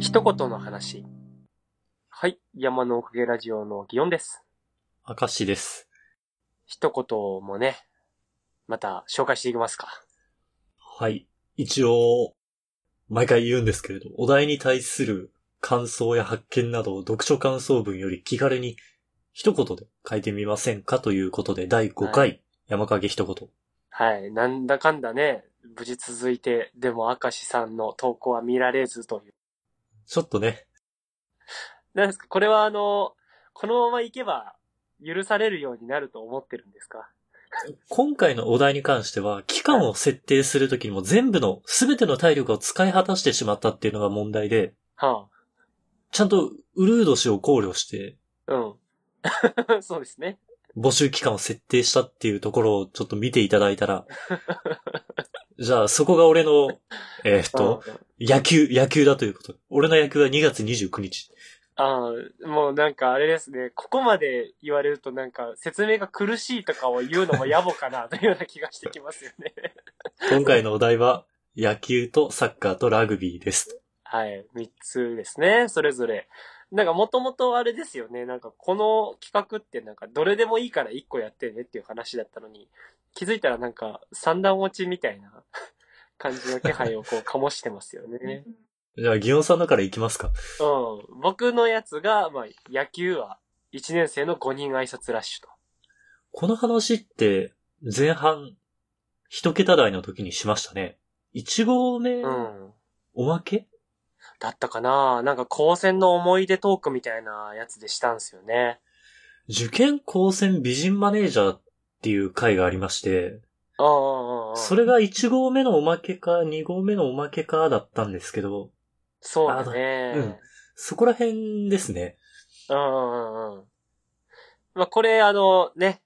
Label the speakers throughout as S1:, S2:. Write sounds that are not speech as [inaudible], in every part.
S1: 一言の話。はい。山のおかげラジオの祇園です。
S2: 明石です。
S1: 一言もね、また紹介していきますか。
S2: はい。一応、毎回言うんですけれど、お題に対する感想や発見などを読書感想文より気軽に一言で書いてみませんかということで、第5回、
S1: は
S2: 山影一言。
S1: はい。なんだかんだね、無事続いて、でも明石さんの投稿は見られずという。
S2: ちょっとね、
S1: なんですかこれはあの、このままいけば許されるようになると思ってるんですか
S2: 今回のお題に関しては、期間を設定するときにも全部の、すべての体力を使い果たしてしまったっていうのが問題で、
S1: は
S2: ちゃんとウルード氏を考慮して、
S1: あ、うん。 [laughs] そうですね。
S2: 募集期間を設定したっていうところをちょっと見ていただい
S1: [laughs]
S2: たら、じゃあそこが俺の、えーっと、
S1: うん
S2: 野球、野球だということ。俺の野球は2月29日。
S1: ああ、もうなんかあれですね、ここまで言われるとなんか説明が苦しいとかを言うのも野暮かなというような気がしてきますよね。
S2: 今回のお題は、野球とサッカーとラグビーです。
S1: [laughs] はい、三つですね、それぞれ。なんかもともとあれですよね、なんかこの企画ってなんかどれでもいいから一個やってねっていう話だったのに、気づいたらなんか三段落ちみたいな [laughs] 感じの気配をこう醸してますよね。
S2: じゃあ、ギオンさんのから行きますか。
S1: うん。僕のやつが、まあ野球は1年生の5人挨拶ラッシュと。
S2: この話って、前半、一桁台の時にしましたね。1号目、
S1: うん。
S2: おまけ
S1: だったかななんか高専の思い出トークみたいなやつでしたんすよね。
S2: 受験高専美人マネージャーっていう回がありまして、
S1: ああ、
S2: それが1号目のおまけか、2号目のおまけかだったんですけど、
S1: そうだね。
S2: あうんそこら辺ですね。
S1: うんうんうん。まあ、これ、あの、ね、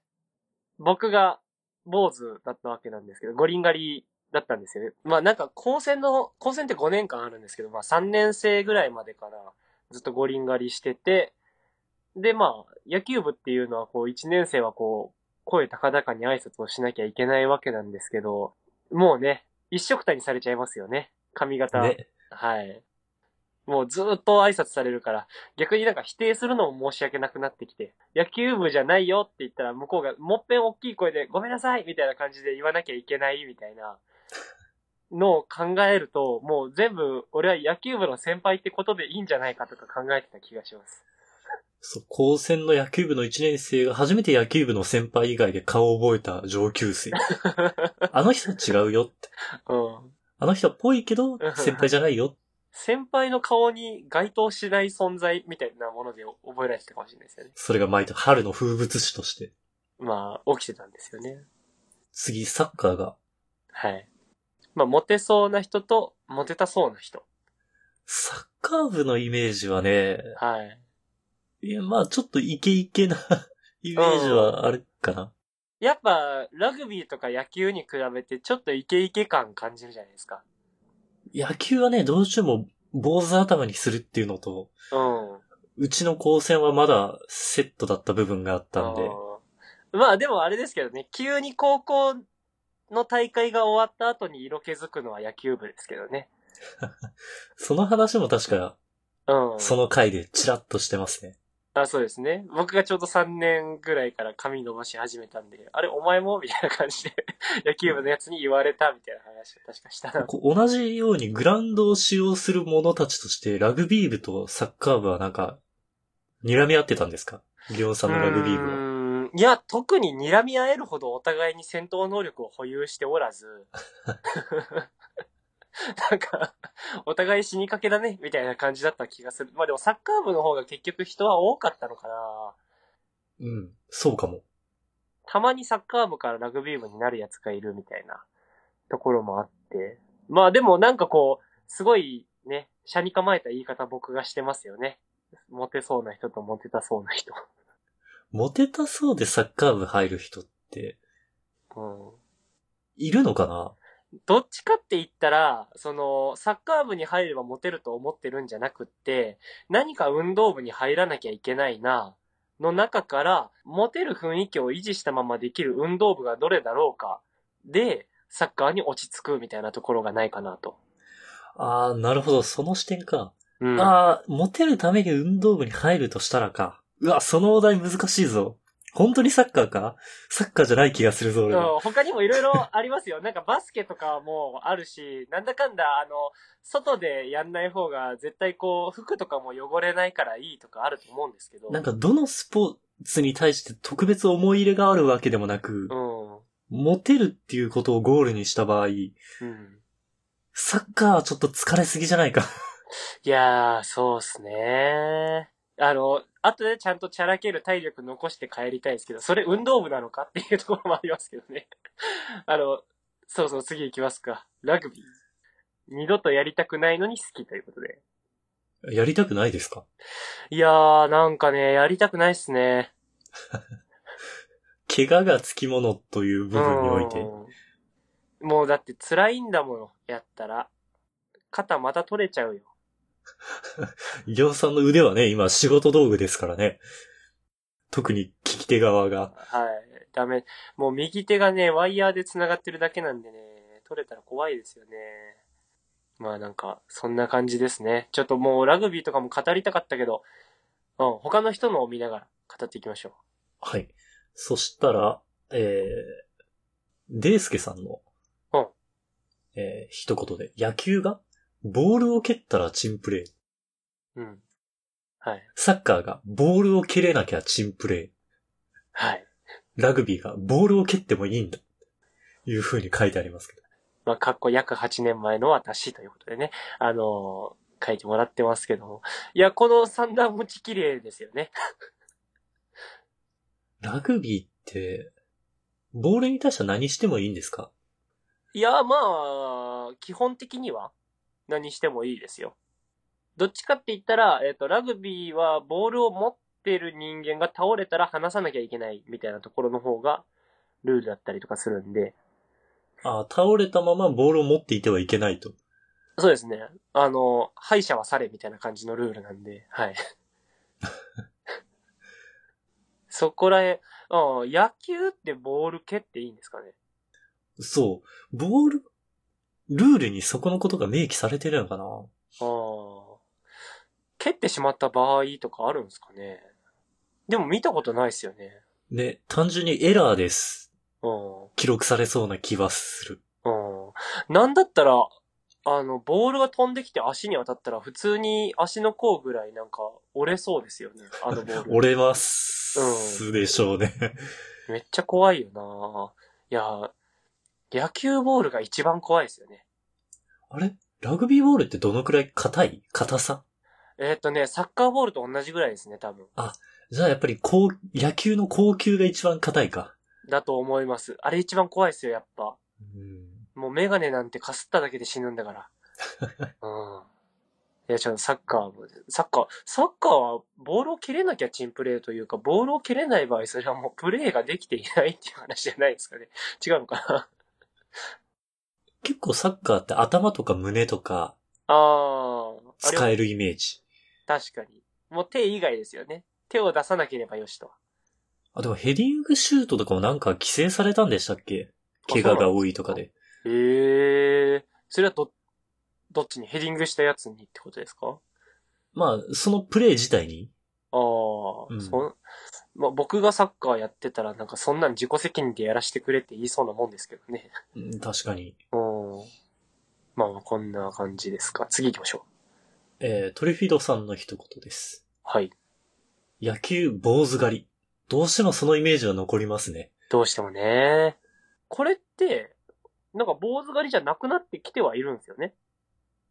S1: 僕が坊主だったわけなんですけど、五輪狩りだったんですよね。まあ、なんか、高専の、高専って5年間あるんですけど、まあ、3年生ぐらいまでからずっと五輪狩りしてて、で、まあ、野球部っていうのは、こう、1年生はこう、声高々に挨拶をしなきゃいけないわけなんですけど、もうね、一色たにされちゃいますよね。髪型。
S2: ね。
S1: はい。もうずーっと挨拶されるから、逆になんか否定するのも申し訳なくなってきて、野球部じゃないよって言ったら向こうがもっぺん大きい声でごめんなさいみたいな感じで言わなきゃいけないみたいなのを考えると、もう全部俺は野球部の先輩ってことでいいんじゃないかとか考えてた気がします。
S2: そう、高専の野球部の1年生が初めて野球部の先輩以外で顔を覚えた上級生。あの人は違うよって。
S1: うん。
S2: あの人っぽいけど、先輩じゃないよ。
S1: 先輩の顔に該当しない存在みたいなもので覚えられてたかもしれないですよね。
S2: それが毎年春の風物詩として。
S1: まあ、起きてたんですよね。
S2: 次、サッカーが。
S1: はい。まあ、モテそうな人と、モテたそうな人。
S2: サッカー部のイメージはね、
S1: はい。
S2: いや、まあちょっとイケイケな [laughs] イメージはあるかな。
S1: やっぱ、ラグビーとか野球に比べて、ちょっとイケイケ感感じるじゃないですか。
S2: 野球はね、どうしても坊主頭にするっていうのと、
S1: うん。
S2: うちの高専はまだセットだった部分があったんで、
S1: うんまあ、でもあれですけどね、急に高校の大会が終わった後に色気づくのは野球部ですけどね。
S2: その話も確か
S1: うん。
S2: その回でチラッとしてますね。
S1: あ、そうですね。僕がちょうど3年ぐらいから髪伸ばし始めたんで、あれ、お前もみたいな感じで、野球部のやつに言われたみたいな話を確かしたな。
S2: こう同じようにグラウンドを使用する者たちとしてラグビー部とサッカー部はなんか、睨み合ってたんですかギオンさんのラグビー部は。
S1: うーんいや、特に睨み合えるほどお互いに戦闘能力を保有しておらず、
S2: [laughs]
S1: なんか、お互い死にかけだね、みたいな感じだった気がする。まあでもサッカー部の方が結局人は多かったのかな。
S2: うん。そうかも。
S1: たまにサッカー部からラグビー部になるやつがいるみたいなところもあって。まあでもなんかこう、すごいね、車に構えた言い方僕がしてますよね。モテそうな人とモテたそうな人。
S2: モテたそうでサッカー部入る人って、
S1: うん
S2: いるのかな
S1: どっちかって言ったら、その、サッカー部に入ればモテると思ってるんじゃなくって、何か運動部に入らなきゃいけないな、の中から、モテる雰囲気を維持したままできる運動部がどれだろうか、で、サッカーに落ち着くみたいなところがないかなと。
S2: あー、なるほど。その視点か。
S1: うん。
S2: ああ、モテるために運動部に入るとしたらか。うわ、そのお題難しいぞ。本当にサッカーかサッカーじゃない気がするぞ、俺は。
S1: うん他にもいろいろありますよ。なんかバスケとかもあるし、なんだかんだ、あの、外でやんない方が絶対こう、服とかも汚れないからいいとかあると思うんですけど。
S2: なんか、どのスポーツに対して特別思い入れがあるわけでもなく
S1: う、ん。う
S2: モテるっていうことをゴールにした場合、
S1: ん。
S2: サッカーはちょっと疲れすぎじゃないか。
S1: いやー、そうっすね。あの、後でちゃんとちゃらける体力残して帰りたいですけど、それ運動部なのかっていうところもありますけどね。 [laughs] あの、そうそう、次行きますか。ラグビー。二度とやりたくないのに好きということで。
S2: やりたくないですか
S1: いやー、なんかね、やりたくないっすね。
S2: 怪我がつきものという部分において。
S1: うんもうだって辛いんだもの、やったら。肩また取れちゃうよ。
S2: ギョウさんの腕はね、今仕事道具ですからね。特に聞き手側が。
S1: はい。ダメ。もう右手がね、ワイヤーで繋がってるだけなんでね、取れたら怖いですよね。まあなんか、そんな感じですね。ちょっともうラグビーとかも語りたかったけど、うん、他の人のを見ながら語っていきましょ
S2: はい。そしたら、えー、デイスケさんの、
S1: うん
S2: えー、一言で、野球がボールを蹴ったらチンプレー。
S1: う。うん。はい。
S2: サッカーがボールを蹴れなきゃチンプレ
S1: はい。
S2: ー。ラグビーがボールを蹴ってもいいんだ。いう風に書いてありますけど。
S1: まあ、かっこ約8年前の私ということでね、あのー書いてもらってますけども。いや、この三段持ち綺麗ですよね。
S2: ラグビーって、ボールに対しては何してもいいんですか
S1: いや、まあ、基本的には何してもいいですよ。どっちかって言ったら、えっ、と、ラグビーはボールを持ってる人間が倒れたら離さなきゃいけないみたいなところの方がルールだったりとかするんで、
S2: あー倒れたままボールを持っていてはいけないと。
S1: そうですね。あの、敗者はされみたいな感じのルールなんで、はい。そこらへん、うん、野球ってボール蹴っていいんですかね
S2: そう。ボール、ルールにそこのことが明記されてるのかな
S1: ああ。蹴ってしまった場合とかあるんですかねでも見たことないですよね。
S2: ね、単純にエラーです。
S1: うん。う
S2: 記録されそうな気はする。
S1: ん。なんだったら、あの、ボールが飛んできて足に当たったら普通に足の甲ぐらいなんか折れそうですよね。あのボール。
S2: [laughs] 折れますでしょうね。 [laughs]
S1: めっちゃ怖いよな。いや、野球ボールが一番怖いですよね。
S2: あれラグビーボールってどのくらい硬い硬さ
S1: えーっとね、サッカーボールと同じぐらいですね、多分。
S2: じゃあやっぱり高、野球の高級が一番硬いか。
S1: だと思います。あれ一番怖いですよ、やっぱ。
S2: うん
S1: もうメガネなんてかすっただけで死ぬんだ
S2: [laughs]
S1: から。うん。いや、ちょっとサッカーも、サッカー、サッカーはボールを蹴れなきゃチンプレーというか、ボールを蹴れない場合、それはもうプレーができていないっていう話じゃないですかね。違うのかな
S2: 結構サッカーって頭とか胸とか
S1: あー、あれ
S2: 使
S1: は
S2: えるイメージ。
S1: 確かに。もう手以外ですよね。手を出さなければよしと。
S2: あ、でもヘディングシュートとかもなんか規制されたんでしたっけ怪我が多いとかで。
S1: へえー。それはど、どっちにヘディングしたやつにってことですか
S2: まあ、そのプレー自体に
S1: ああ、
S2: うん
S1: そまあ、僕がサッカーやってたら、なんかそんなん自己責任でやらせてくれって言いそうなもんですけどね。
S2: うん確かに。
S1: うん。まあ、こんな感じですか。次行きましょう。
S2: えー、トリフィドさんの一言です。
S1: はい。
S2: 野球坊主狩り。どうしてもそのイメージは残りますね。
S1: どうしてもね。これって、なんか坊主狩りじゃなくなってきてはいるんですよね。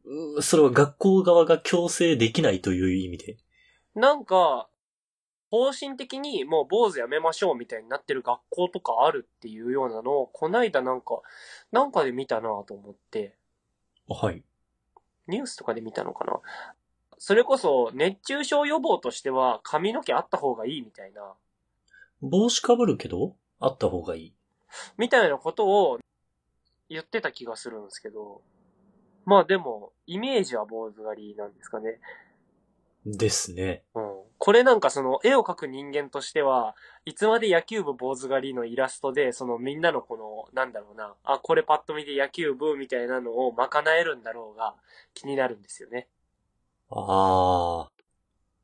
S2: うーそれは学校側が強制できないという意味で。
S1: なんか、方針的にもう坊主やめましょうみたいになってる学校とかあるっていうようなのを、こないだなんか、なんかで見たなと思って。
S2: はい。
S1: ニュースとかで見たのかなそれこそ、熱中症予防としては、髪の毛あった方がいいみたいな、
S2: 帽子かぶるけど、あった方がいい。
S1: みたいなことを言ってた気がするんですけど、まあでも、イメージは坊主狩りなんですかね。
S2: ですね。
S1: うん。これなんかその、絵を描く人間としては、いつまで野球部坊主狩りのイラストで、そのみんなのこの、なんだろうな、あ、これパッと見で野球部みたいなのを賄えるんだろうが、気になるんですよね。
S2: ああ。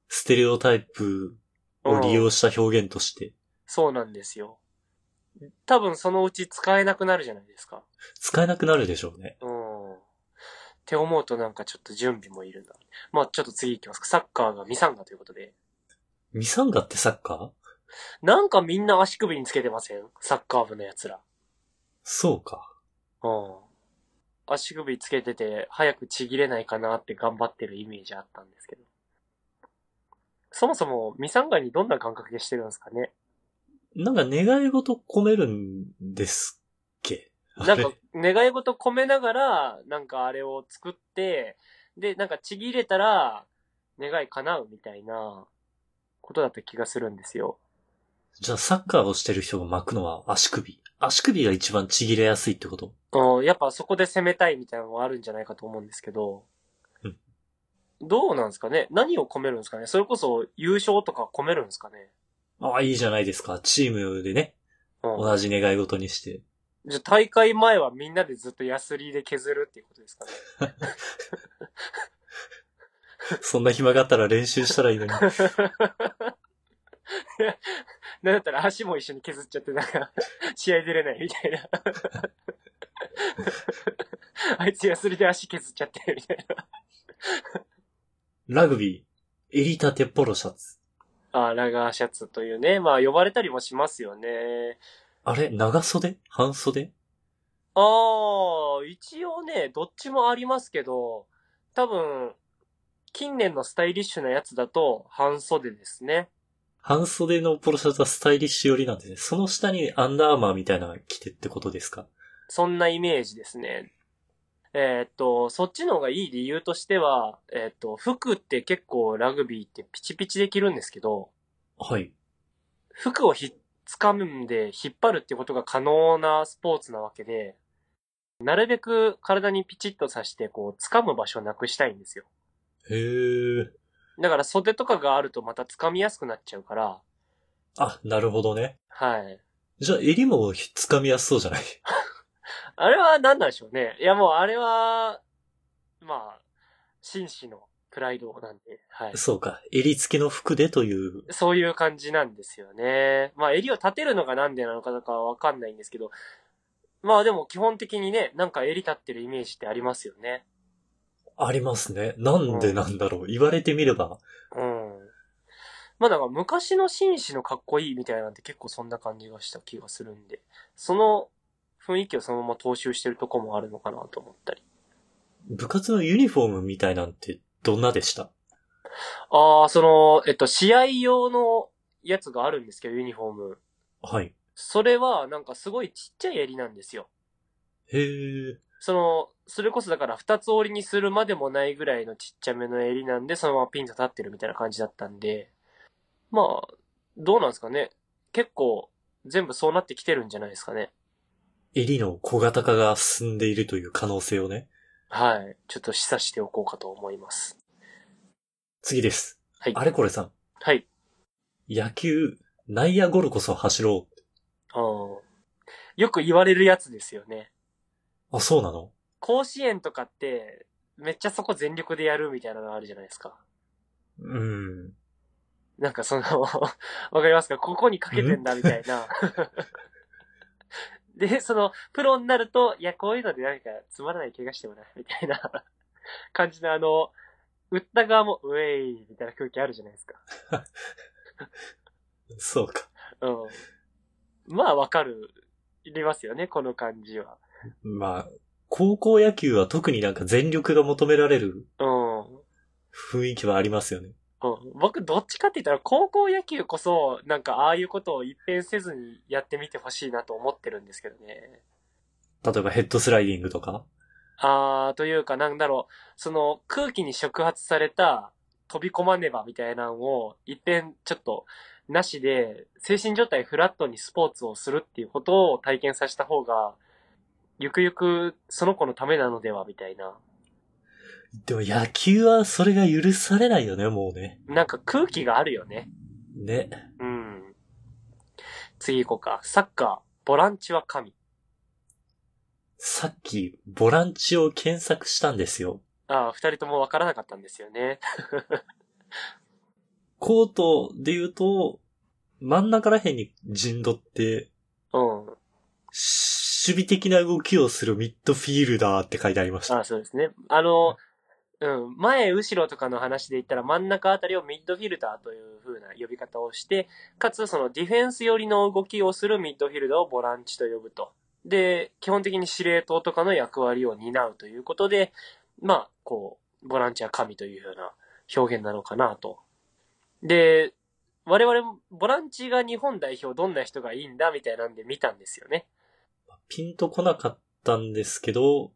S2: ステレオタイプを利用した表現として、
S1: そうなんですよ。多分そのうち使えなくなるじゃないですか。
S2: 使えなくなるでしょうね。
S1: うん。って思うとなんかちょっと準備もいるな。まあちょっと次行きますか。サッカーがミサンガということで。
S2: ミサンガってサッカー
S1: なんかみんな足首につけてませんサッカー部の奴ら。
S2: そうか。
S1: うん。足首つけてて、早くちぎれないかなって頑張ってるイメージあったんですけど。そもそも、ミサンガにどんな感覚でしてるんですかね
S2: なんか願い事込めるんですっけ
S1: なんか、願い事込めながら、なんかあれを作って、で、なんかちぎれたら、願い叶うみたいな、ことだった気がするんですよ。
S2: じゃあサッカーをしてる人が巻くのは足首。足首が一番ちぎれやすいってこと
S1: うん、やっぱそこで攻めたいみたいなのがあるんじゃないかと思うんですけど
S2: うん、
S1: どうなんですかね何を込めるんですかねそれこそ優勝とか込めるんですかね
S2: ああ、いいじゃないですか。チームでね、
S1: うん。
S2: 同じ願い事にして。
S1: じゃあ大会前はみんなでずっとヤスリで削るっていうことですかね。
S2: そんな暇があったら練習したらいいのに。 [laughs]
S1: [laughs] なんだったら足も一緒に削っちゃって、なんか、試合出れないみたいな。 [laughs] あいつヤスリで足削っちゃってるみたいな。
S2: ラグビー、襟立てポロシャツ。
S1: あーラガーシャツというね、まあ呼ばれたりもしますよね。
S2: あれ長袖半袖
S1: ああ、一応ね、どっちもありますけど、多分、近年のスタイリッシュなやつだと、半袖ですね。
S2: 半袖のポロシャツはスタイリッシュ寄りなんですね。その下にアンダーアーマーみたいなの着てってことですか
S1: そんなイメージですね。えーっと、そっちの方がいい理由としては、えーっと、服って結構ラグビーってピチピチできるんですけど、
S2: はい。
S1: 服をひっ掴んで引っ張るってことが可能なスポーツなわけで、なるべく体にピチッとさして、こう、掴む場所をなくしたいんですよ。
S2: へー。
S1: だから袖とかがあるとまた掴みやすくなっちゃうから、
S2: あ、なるほどね。
S1: はい。
S2: じゃあ襟も掴みやすそうじゃない [laughs]
S1: あれは何なんでしょうね。いやもうあれは、まあ、紳士のプライドなんで、はい。
S2: そうか。襟付きの服でという。
S1: そういう感じなんですよね。まあ、襟を立てるのがなんでなのかとかはわかんないんですけど、まあでも基本的にね、なんか襟立ってるイメージってありますよね。
S2: ありますね。なんでなんだろう。言われてみれば。
S1: うん。まあだから昔の紳士のかっこいいみたいなんて結構そんな感じがした気がするんで、その雰囲気をそのまま踏襲してるとこもあるのかなと思ったり。
S2: 部活のユニフォームみたいなんてどんなでした
S1: ああ、その、えっと、試合用のやつがあるんですけど、ユニフォーム。
S2: はい。
S1: それはなんかすごいちっちゃい襟なんですよ。
S2: へー。
S1: その、それこそだから二つ折りにするまでもないぐらいのちっちゃめの襟なんで、そのままピンと立ってるみたいな感じだったんで、まあ、どうなんですかね。結構、全部そうなってきてるんじゃないですかね。
S2: 襟の小型化が進んでいるという可能性をね。
S1: はい。ちょっと示唆しておこうかと思います。
S2: 次です。
S1: はい
S2: あれこれさん。
S1: はい。
S2: 野球、内野ゴロこそ走ろう。
S1: あーよく言われるやつですよね。
S2: あ、そうなの
S1: 甲子園とかって、めっちゃそこ全力でやるみたいなのあるじゃないですか。
S2: うん。
S1: なんかその、 [laughs] わかりますかここにかけてんだみたいな。 [laughs] で、その、プロになると、いや、こういうのでなんかつまらない怪我してもな、みたいな感じのあの、打った側も、ウェイみたいな空気あるじゃないですか。
S2: そうか。
S1: うん。まあ、わかる、いりますよね、この感じは。
S2: まあ、高校野球は特になんか全力が求められる
S1: うん。
S2: 雰囲気はありますよね。
S1: うん、僕、どっちかって言ったら、高校野球こそ、なんか、ああいうことを一変せずにやってみてほしいなと思ってるんですけどね。
S2: 例えばヘッドスライディングとか。
S1: あー、というか、なんだろう、その、空気に触発された、飛び込まねばみたいなのを、一変、ちょっと、なしで、精神状態フラットにスポーツをするっていうことを体験させた方が、ゆくゆく、その子のためなのでは、みたいな。
S2: でも野球はそれが許されないよね、もうね。
S1: なんか空気があるよね。
S2: ね。
S1: うん。次行こうか。サッカー、ボランチは神。
S2: さっき、ボランチを検索したんですよ。
S1: ああ、二人ともわからなかったんですよね。
S2: コートで言うと、真ん中ら辺に陣取って、
S1: うん。
S2: し守備的な動きをするミッドフィールダーって書いてありました。
S1: ああ、そうですね。あの、うん、前、後ろとかの話で言ったら真ん中あたりをミッドフィルダーという風な呼び方をして、かつそのディフェンス寄りの動きをするミッドフィルダーをボランチと呼ぶと。で、基本的に司令塔とかの役割を担うということで、まあ、こう、ボランチは神というような表現なのかなと。で、我々もボランチが日本代表どんな人がいいんだみたいなんで見たんですよね。
S2: ピンとこなかったんですけど、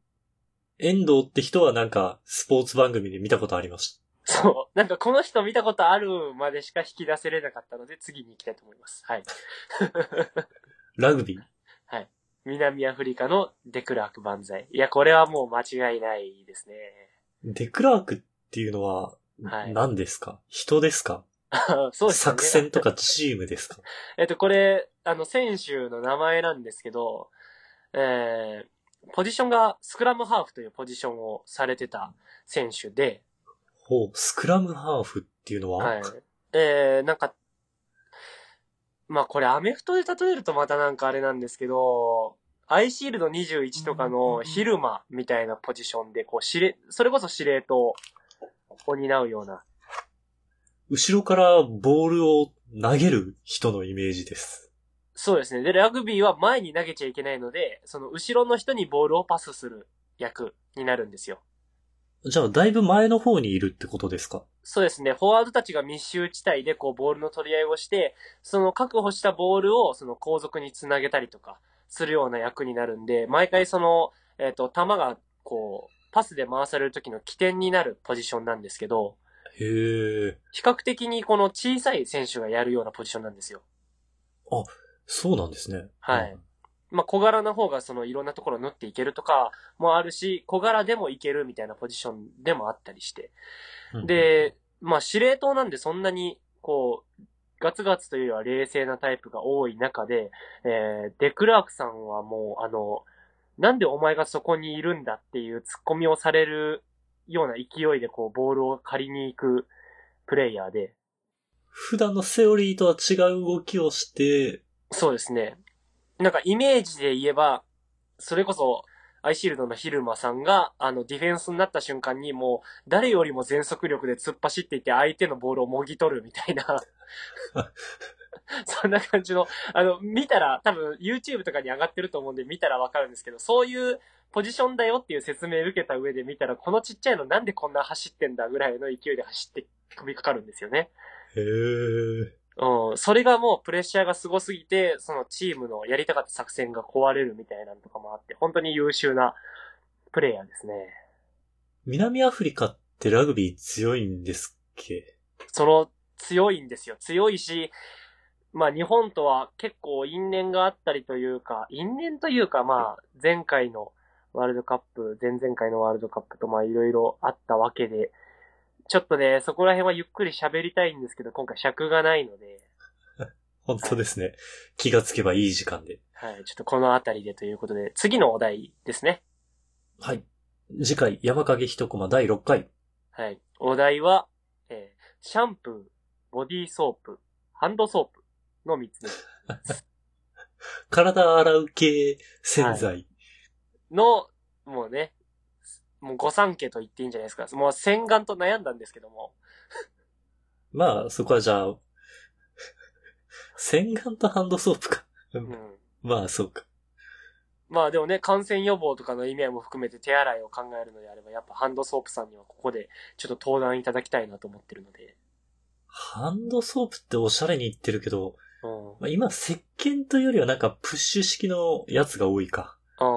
S2: 遠藤って人はなんかスポーツ番組で見たことありました。
S1: そう。なんかこの人見たことあるまでしか引き出せれなかったので、次に行きたいと思います。はい。
S2: ラグビー
S1: 南アフリカのデクラーク万歳。いや、これはもう間違いないですね。
S2: デクラークっていうのは
S1: はい
S2: 何ですか、人ですか
S1: [laughs] そうですね。
S2: 作戦とかチームですか
S1: えっと、これ、あの、選手の名前なんですけど、えー、ポジションがスクラムハーフというポジションをされてた選手で、
S2: ほう、スクラムハーフっていうのは、
S1: はい。えー、なんか、まあこれアメフトで例えるとまたなんかあれなんですけど、アイシールド21とかの昼間みたいなポジションで、こう、司令、それこそ司令塔を担うような。
S2: 後ろからボールを投げる人のイメージです。
S1: そうですね。で、ラグビーは前に投げちゃいけないので、その後ろの人にボールをパスする役になるんですよ。
S2: じゃあ、だいぶ前の方にいるってことですか
S1: そうですね。フォワードたちが密集地帯でこうボールの取り合いをして、その確保したボールをその後続につなげたりとかするような役になるんで、毎回その、えっ、と、球がこう、パスで回される時の起点になるポジションなんですけど、
S2: へえ、
S1: 比較的にこの小さい選手がやるようなポジションなんですよ。
S2: そうなんですね。
S1: はい
S2: うん。
S1: まあ、小柄な方がそのいろんなところを縫っていけるとかもあるし、小柄でもいけるみたいなポジションでもあったりして。
S2: うん、
S1: で、まあ司令塔なんでそんなに、こう、ガツガツというよりは冷静なタイプが多い中で、えー、デクラークさんはもう、あの、なんでお前がそこにいるんだっていうツッコミをされるような勢いで、こう、ボールを借りに行くプレイヤーで、
S2: 普段のセオリーとは違う動きをして、
S1: そうですね。なんかイメージで言えば、それこそ、アイシールドのヒルマさんが、あの、ディフェンスになった瞬間にもう、誰よりも全速力で突っ走っていって、相手のボールをもぎ取るみたいな。そんな感じの、あの、見たら、多分 YouTube とかに上がってると思うんで見たらわかるんですけど、そういうポジションだよっていう説明を受けた上で見たら、このちっちゃいのなんでこんな走ってんだぐらいの勢いで走って飛びかかるんですよね。
S2: へえ、
S1: うん、それがもうプレッシャーがすごすぎて、そのチームのやりたかった作戦が壊れるみたいなのとかもあって、本当に優秀なプレイヤーですね。
S2: 南アフリカってラグビー強いんですっけ
S1: その強いんですよ。強いし、まあ日本とは結構因縁があったりというか、因縁というかまあ前回のワールドカップ、前々回のワールドカップとまあいろいろあったわけで、ちょっとね、そこら辺はゆっくり喋りたいんですけど、今回尺がないので、
S2: 本当ですね。気がつけばいい時間で。
S1: はい、ちょっとこのあたりでということで、次のお題ですね。
S2: はい。次回、山影一コマ第6回。
S1: はい。お題は、えーシャンプー、ボディーソープ、ハンドソープの3つです
S2: 体洗う系洗剤。
S1: の、もうね、もう御三家と言っていいんじゃないですか。もう洗顔と悩んだんですけども。
S2: まあ、そこはじゃあ、洗顔とハンドソープか。
S1: うん。
S2: まあ、そうか。
S1: まあでもね、感染予防とかの意味合いも含めて手洗いを考えるのであれば、やっぱハンドソープさんにはここでちょっと登壇いただきたいなと思ってるので。
S2: ハンドソープっておしゃれに言ってるけど、
S1: うん。
S2: まあ、今、石鹸というよりはなんかプッシュ式のやつが多いか。
S1: うん。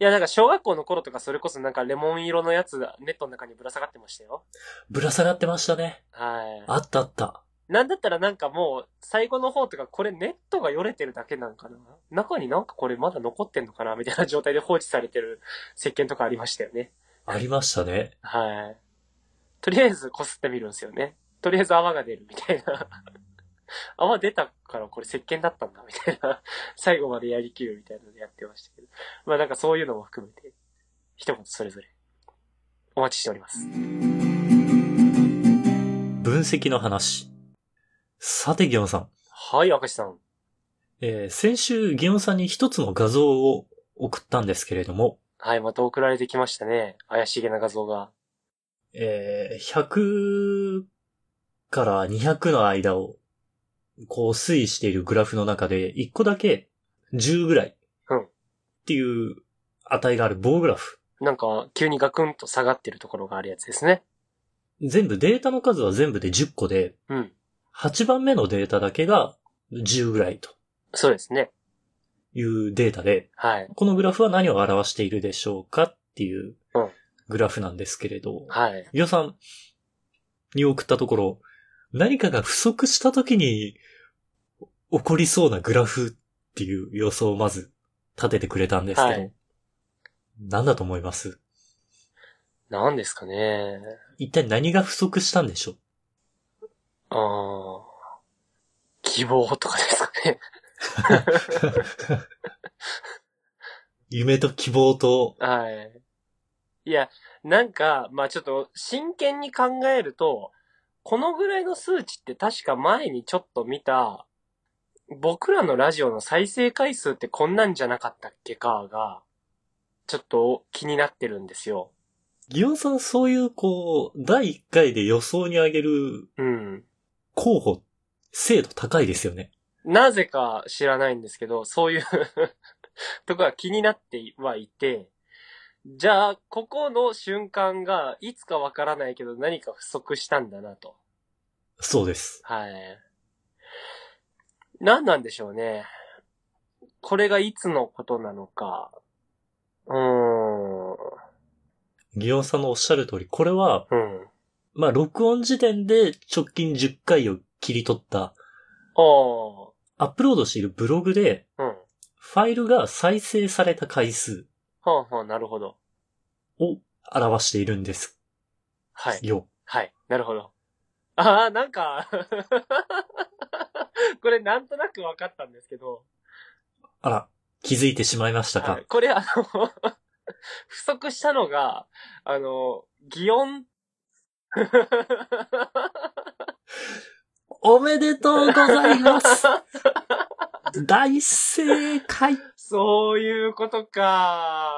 S1: いや、なんか小学校の頃とかそれこそなんかレモン色のやつがネットの中にぶら下がってましたよ。
S2: ぶら下がってましたね。
S1: はい。
S2: あったあった。
S1: なんだったらなんかもう、最後の方とか、これネットがよれてるだけなんかな中になんかこれまだ残ってんのかなみたいな状態で放置されてる石鹸とかありましたよね。
S2: ありましたね。
S1: はい。とりあえず擦ってみるんですよね。とりあえず泡が出るみたいな。 [laughs] 泡出たからこれ石鹸だったんだみたいな。最後までやりきるみたいなのでやってましたけど。まあなんかそういうのも含めて、一言それぞれ。お待ちしております。
S2: 分析の話。さて、ギオンさん。
S1: はい、明石さん。
S2: えー先週、ギオンさんに一つの画像を送ったんですけれども、
S1: はい、また送られてきましたね。怪しげな画像が。
S2: えー100から200の間を、こう推移しているグラフの中で、1個だけ10ぐらい。
S1: うん
S2: っていう値がある棒グラフ。
S1: なんか、急にガクンと下がってるところがあるやつですね。
S2: 全部、データの数は全部で10個で、
S1: うん。
S2: 8番目のデータだけが10ぐらいと
S1: そうですね。
S2: いうデータで、
S1: はい。
S2: このグラフは何を表しているでしょうかっていう
S1: うん
S2: グラフなんですけれど、
S1: はい。
S2: 皆さんに送ったところ、何かが不足した時に起こりそうなグラフっていう予想をまず立ててくれたんですけど、
S1: はい
S2: 何だと思います
S1: なんですかね。
S2: 一体何が不足したんでしょう [laughs]
S1: あー。希望とかですかね。 [laughs]
S2: 夢と希望と、
S1: はい。いや、なんか、まあちょっと真剣に考えると、このぐらいの数値って確か前にちょっと見た、僕らのラジオの再生回数ってこんなんじゃなかったっけかが、ちょっと気になってるんですよ。
S2: ギオンさんそういうこう、第1回で予想に上げる
S1: うん。
S2: 候補、精度高いですよね。
S1: なぜか知らないんですけど、そう [laughs] いうとこが気になってはいて、じゃあ、ここの瞬間が、いつかわからないけど何か不足したんだなと。
S2: そうです。
S1: はい。何なんでしょうね。これがいつのことなのか。うーん。
S2: ギオンさんのおっしゃる通り、これは、
S1: うん。
S2: まあ、録音時点で直近10回を切り取った、
S1: おー。
S2: アップロードしているブログで、
S1: うん。は
S2: ファイルが再生された回数
S1: あはあ、なるほど。
S2: を表しているんです
S1: はい。
S2: よ。
S1: はい。なるほど。ああ、なんか、これなんとなく分かったんですけど、
S2: あら、気づいてしまいましたか、
S1: はい、これあの、 [laughs] 不足したのが、あの、擬音。 [laughs]
S2: おめでとうござい
S1: [laughs]
S2: ます大正解
S1: そういうことか。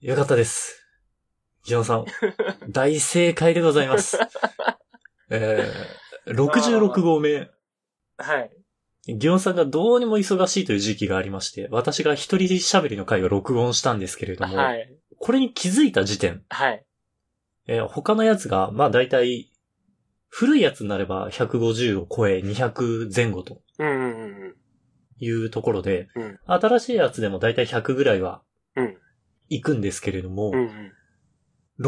S2: よかったです。ギオンさ
S1: [laughs]
S2: ん、大正解でございます。えー、66号目。
S1: はい。
S2: ギオンさんがどうにも忙しいという時期がありまして、私が一人喋りの回を録音したんですけれども、
S1: はい。
S2: これに気づいた時点、
S1: はい。
S2: えー他のやつが、まあ大体、古いやつになれば150を超え200前後と
S1: うんうん
S2: いうところで、
S1: うん
S2: 新しいやつでも大体100ぐらいは
S1: うん。
S2: 行くんですけれども、
S1: うん。うんうん。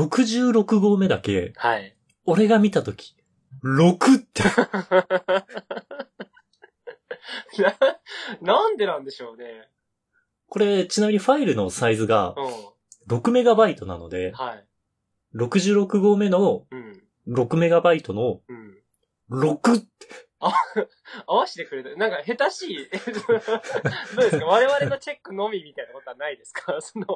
S2: 66号目だけ、
S1: はい。 [laughs]
S2: 俺が見たとき、6って、
S1: な、なんでなんでしょうね。
S2: これちなみにファイルのサイズが
S1: う
S2: 6メガバイトなので
S1: ん。、はい。
S2: 66号目の
S1: うん。
S2: 6メガバイトの
S1: うん。
S2: 6って、
S1: 合わせてくれた。なんか、下手しい。 [laughs] どうですか我々のチェックのみみたいなことはないですか [laughs] その、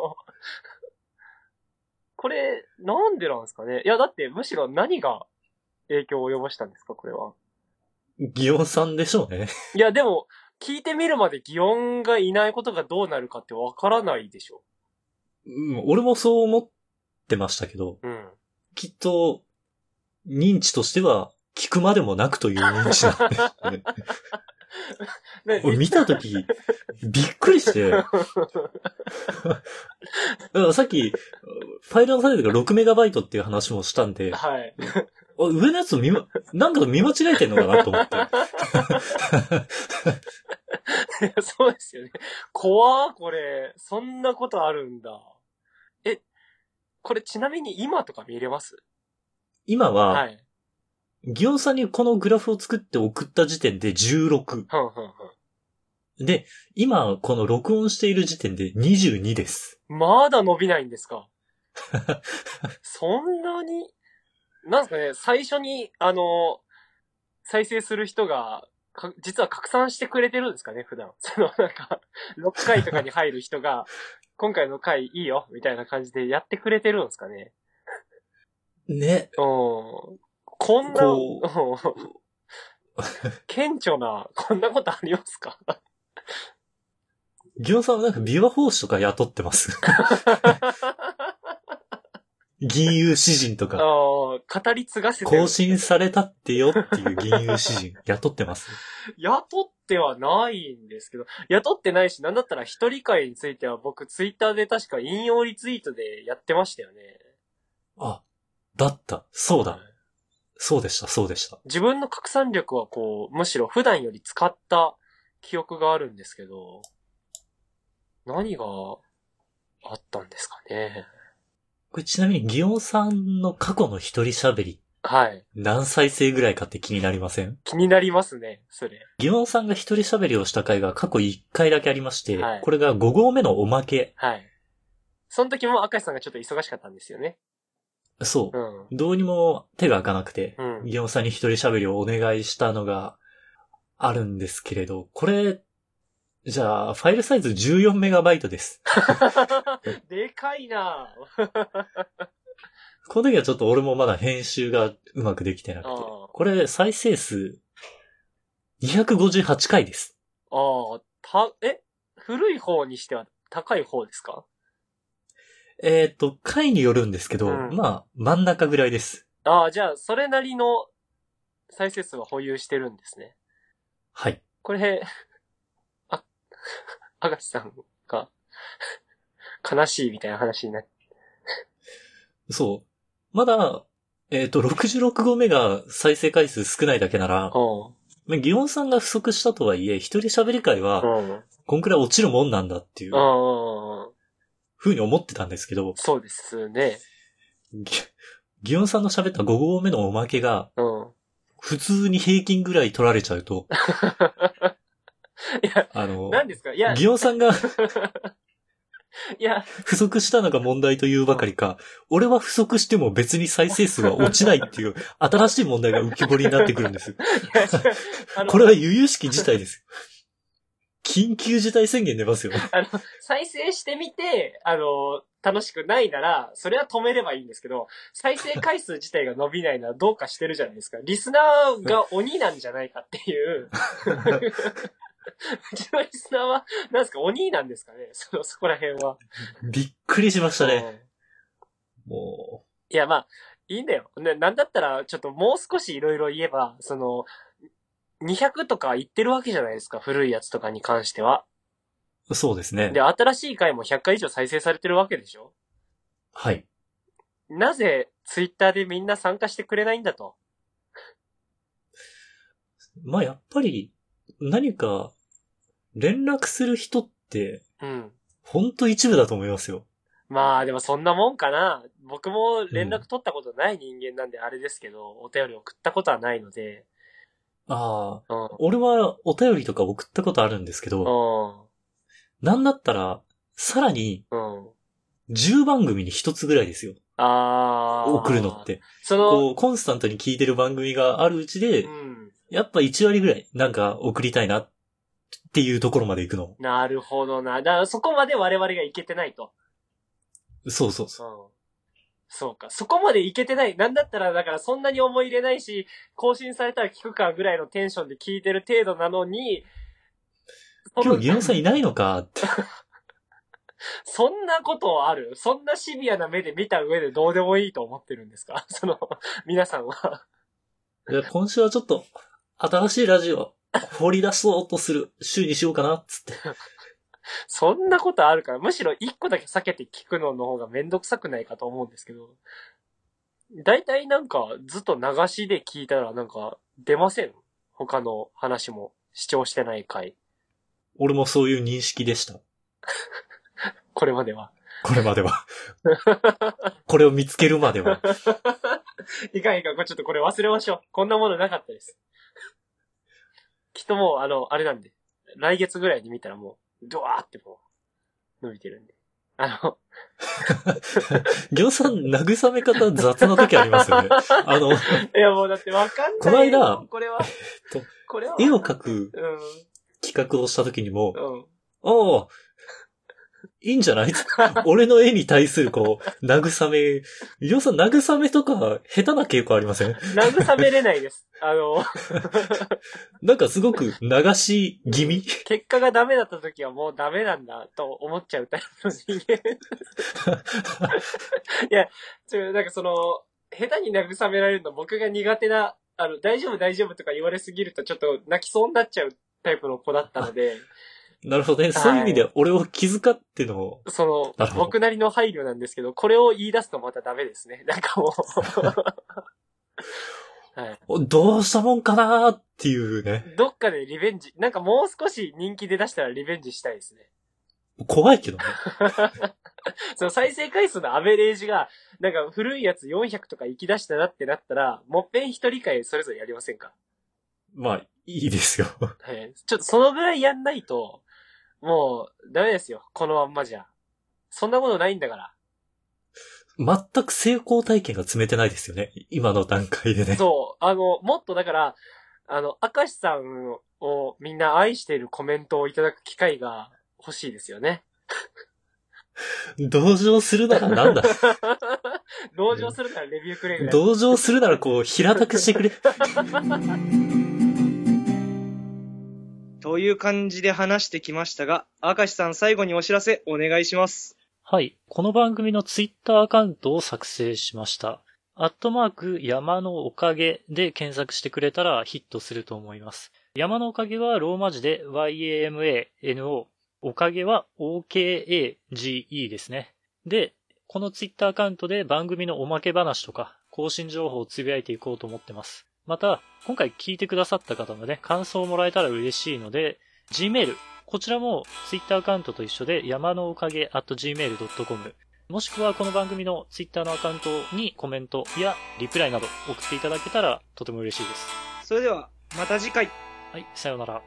S1: これ、なんでなんですかねいや、だって、むしろ何が影響を及ぼしたんですかこれは。
S2: ギオンさんでしょうね。
S1: いや、でも、聞いてみるまで擬音がいないことがどうなるかってわからないでしょ
S2: うん、俺もそう思ってましたけど、
S1: うん。
S2: きっと、認知としては、聞くまでもなくという認知なん [laughs] で。
S1: ね
S2: 俺見たとき、びっくり [laughs] して、だからさっき、ファイルのサイズが6メガバイトっていう話もしたんで、あ
S1: はい。 [laughs]
S2: 上のやつ見ま、なんか見間違えてんのかな
S1: [laughs]
S2: と思って。
S1: いやそうですよね。怖ーこれ。そんなことあるんだ。え、これちなみに今とか見れます
S2: 今
S1: は
S2: は、
S1: い。
S2: ギオンさんにこのグラフを作って送った時点で16。
S1: ふんふん
S2: で、今、この録音している時点で22です。
S1: ふん。まだ伸びないんです [laughs] かそんなになんですかね、最初に、あの、再生する人が、か実は拡散してくれてるんですかね、普段。その、なんか、6回とかに入る人が、 [laughs] 今回の回いいよ、みたいな感じでやってくれてるんですかね。
S2: ね。
S1: うん。こんな、
S2: こ
S1: うん [laughs] 顕著な、こんなことありますか [laughs]
S2: ギオさんはなんか琵琶法師とか雇ってます。
S1: [laughs]
S2: 銀融詩人と
S1: ああ、
S2: か、
S1: 語り継がせてる
S2: 更新されたってよっていう銀融詩人雇ってます。
S1: 雇ってはないんですけど、雇ってないし、なんだったら一人会については僕ツイッターで確か引用リツイートでやってましたよね。
S2: あ、だった。そうだ。そうでした、そうでした。
S1: 自分の拡散力はこう、むしろ普段より使った記憶があるんですけど、何があったんですかね。
S2: これちなみにギオさんの過去の一人喋り、
S1: はい。
S2: 何再生ぐらいかって気になりません
S1: 気になりますね、それ。
S2: ギオさんが一人喋りをした回が過去1回だけありまして、
S1: はい
S2: これが5号目のおまけ。
S1: はい。その時も赤石さんがちょっと忙しかったんですよね。
S2: そう
S1: う。ん。
S2: どうにも手が開かなくて、
S1: うん
S2: ギオさんに一人喋りをお願いしたのがあるんですけれど、これ、じゃあ、ファイルサイズ 14MB です。
S1: [laughs]
S2: [laughs]
S1: でかいな
S2: この時はちょっと俺もまだ編集がうまくできてなくて
S1: あー、
S2: これ再生数258回です。
S1: ああ、た、え古い方にしては高い方ですか
S2: えっ、と、回によるんですけど、
S1: うん
S2: まあ、真ん中ぐらいです。
S1: ああ、じゃあ、それなりの再生数は保有してるんですね。
S2: はい。
S1: これ、あ、アガシさんが、悲しいみたいな話になって。
S2: そう。まだ、えっ、と、66号目が再生回数少ないだけなら、
S1: うん。
S2: まあ、ギオンさんが不足したとはいえ、一人喋り会は
S1: う、ん。うん
S2: こんくらい落ちるもんなんだっていう
S1: う、んうん。
S2: ふうに思ってたんですけど、
S1: そうですね。
S2: ギギオンさんの喋った5号目のおまけが、
S1: うん。
S2: 普通に平均ぐらい取られちゃうと、
S1: [laughs] いや、
S2: あの、
S1: 何ですかいや、い
S2: ギオンさんが
S1: や、
S2: 不足したのが問題というばかりか、俺は不足しても別に再生数は落ちないっていう、新しい問題が浮き彫りになってくるんです。
S1: いや [laughs] あの
S2: これは悠々しき事態です。緊急事態宣言出ますよ。
S1: あの、再生してみて、あの、楽しくないなら、それは止めればいいんですけど、再生回数自体が伸びないのはどうかしてるじゃないですか。リスナーが鬼なんじゃないかっていう。 [laughs] うちのリスナーは、なんですか、鬼なんですかねその、そこら辺は。
S2: びっくりしましたね。
S1: うん
S2: も
S1: いや、まあ、いいんだよ。ね、なんだったら、ちょっともう少しいろいろ言えば、その、200とか言ってるわけじゃないですか、古いやつとかに関しては。
S2: う、そうですね
S1: で、。新しい回も100回以上再生されてるわけでしょ
S2: はい。
S1: なぜツイッターでみんな参加してくれないんだと。
S2: まあやっぱり、何か、連絡する人って、
S1: うん。
S2: ほんと一部だと思いますよ。
S1: まあでもそんなもんかな。僕も連絡取ったことない人間なんであれですけど、お便り送ったことはないので。
S2: ああ、
S1: うん。うん。
S2: 俺はお便りとか送ったことあるんですけど、なんだったら、さらに
S1: うん。
S2: 10番組に1つぐらいですよ。
S1: あー。
S2: 送るのっ。て。
S1: その、
S2: こう、コンスタントに聞いてる番組があるうちで
S1: う、ん。
S2: やっぱ1割ぐらい、なんか送りたいなっていうところまで行くの。
S1: なるほどな。だからそこまで我々がいけてないと。
S2: そうそうそう
S1: う。ん。そうか。そこまでいけてない。なんだったら、だからそんなに思い入れないし、更新されたら聞くかぐらいのテンションで聞いてる程度なのに、その
S2: 今日ギオンさんいないのかって。
S1: そんなことあるそんなシビアな目で見た上でどうでもいいと思ってるんですか [laughs] その、皆さんは。
S2: いや今週はちょっと、新しいラジオ、掘り出そうとする週にしようかな、つって。
S1: そんなことあるから、むしろ一個だけ避けて聞くのの方がめんどくさくないかと思うんですけど。だいたいなんか、ずっと流しで聞いたらなんか、出ません他の話も、視聴してない回。
S2: 俺もそういう認識でした。
S1: これまでは。
S2: これまでは。これを見つけるまでは。
S1: いかんいかん、これちょっとこれ忘れましょう。こんなものなかったです。きっともう、あの、あれなんで、来月ぐらいに見たらもう、ドワーってもう、伸びてるんで。あの、
S2: ギョンさん、慰め方雑な時ありますよね。あの、
S1: いやもうだってわかんない。
S2: この間、
S1: これは、
S2: と
S1: これは、
S2: 絵を描く
S1: うん、
S2: 企画をした時にも、
S1: うん。
S2: おおいいんじゃない俺の絵に対するこう、慰め、伊藤さん慰めとか下手な傾向ありません
S1: 慰めれ [laughs] ないです。あの、
S2: なんかすごく流し気味
S1: 結果がダメだった時はもうダメなんだと思っちゃうタイプの人間。ちょなんかその、下手に慰められるの僕が苦手な、あの、大丈夫大丈夫とか言われすぎるとちょっと泣きそうになっちゃうタイプの子だったので、
S2: なるほどね。そういう意味では俺を気遣っての、
S1: そ
S2: な
S1: の
S2: る、ほど
S1: 僕なりの配慮なんですけど、これを言い出すとまたダメですね。なんかも
S2: [laughs]
S1: う。はい。
S2: どうしたもんかなーっていうね。
S1: どっかでリベンジ、なんかもう少し人気出だしたらリベンジしたいですね。
S2: 怖いけどね。 [laughs]
S1: その再生回数のアベレージが、なんか古いやつ400とか行き出したなってなったら、もっぺん一人会それぞれやりませんか
S2: まあ、いいですよ。
S1: はい。ちょっとそのぐらいやんないと、もう、ダメですよ。このまんまじゃ。そんなことないんだから。
S2: 全く成功体験が積めてないですよね。今の段階でね。
S1: そう。あの、もっとだから、あの、明石さんをみんな愛しているコメントをいただく機会が欲しいですよね。 [laughs]
S2: 同情するならなんだ
S1: 同情するならレビューくれぐらい。
S2: 同情するならこう、平たくしてくれ。
S3: という感じで話してきましたが、明石さん最後にお知らせお願いします。
S4: はい。この番組のツイッターアカウントを作成しました。アットマーク山のおかげで検索してくれたらヒットすると思います。山のおかげはローマ字で YAMANO。おかげは OKAGE ですね。で、このツイッターアカウントで番組のおまけ話とか更新情報をつぶやいていこうと思ってます。また、今回聞いてくださった方のね、感想をもらえたら嬉しいので、Gmail。こちらも Twitter アカウントと一緒で山のおかげ at gmail.com もしくはこの番組の Twitter のアカウントにコメントやリプライなど送っていただけたらとても嬉しいです。
S3: それでは、また次回。
S4: はい、さようなら。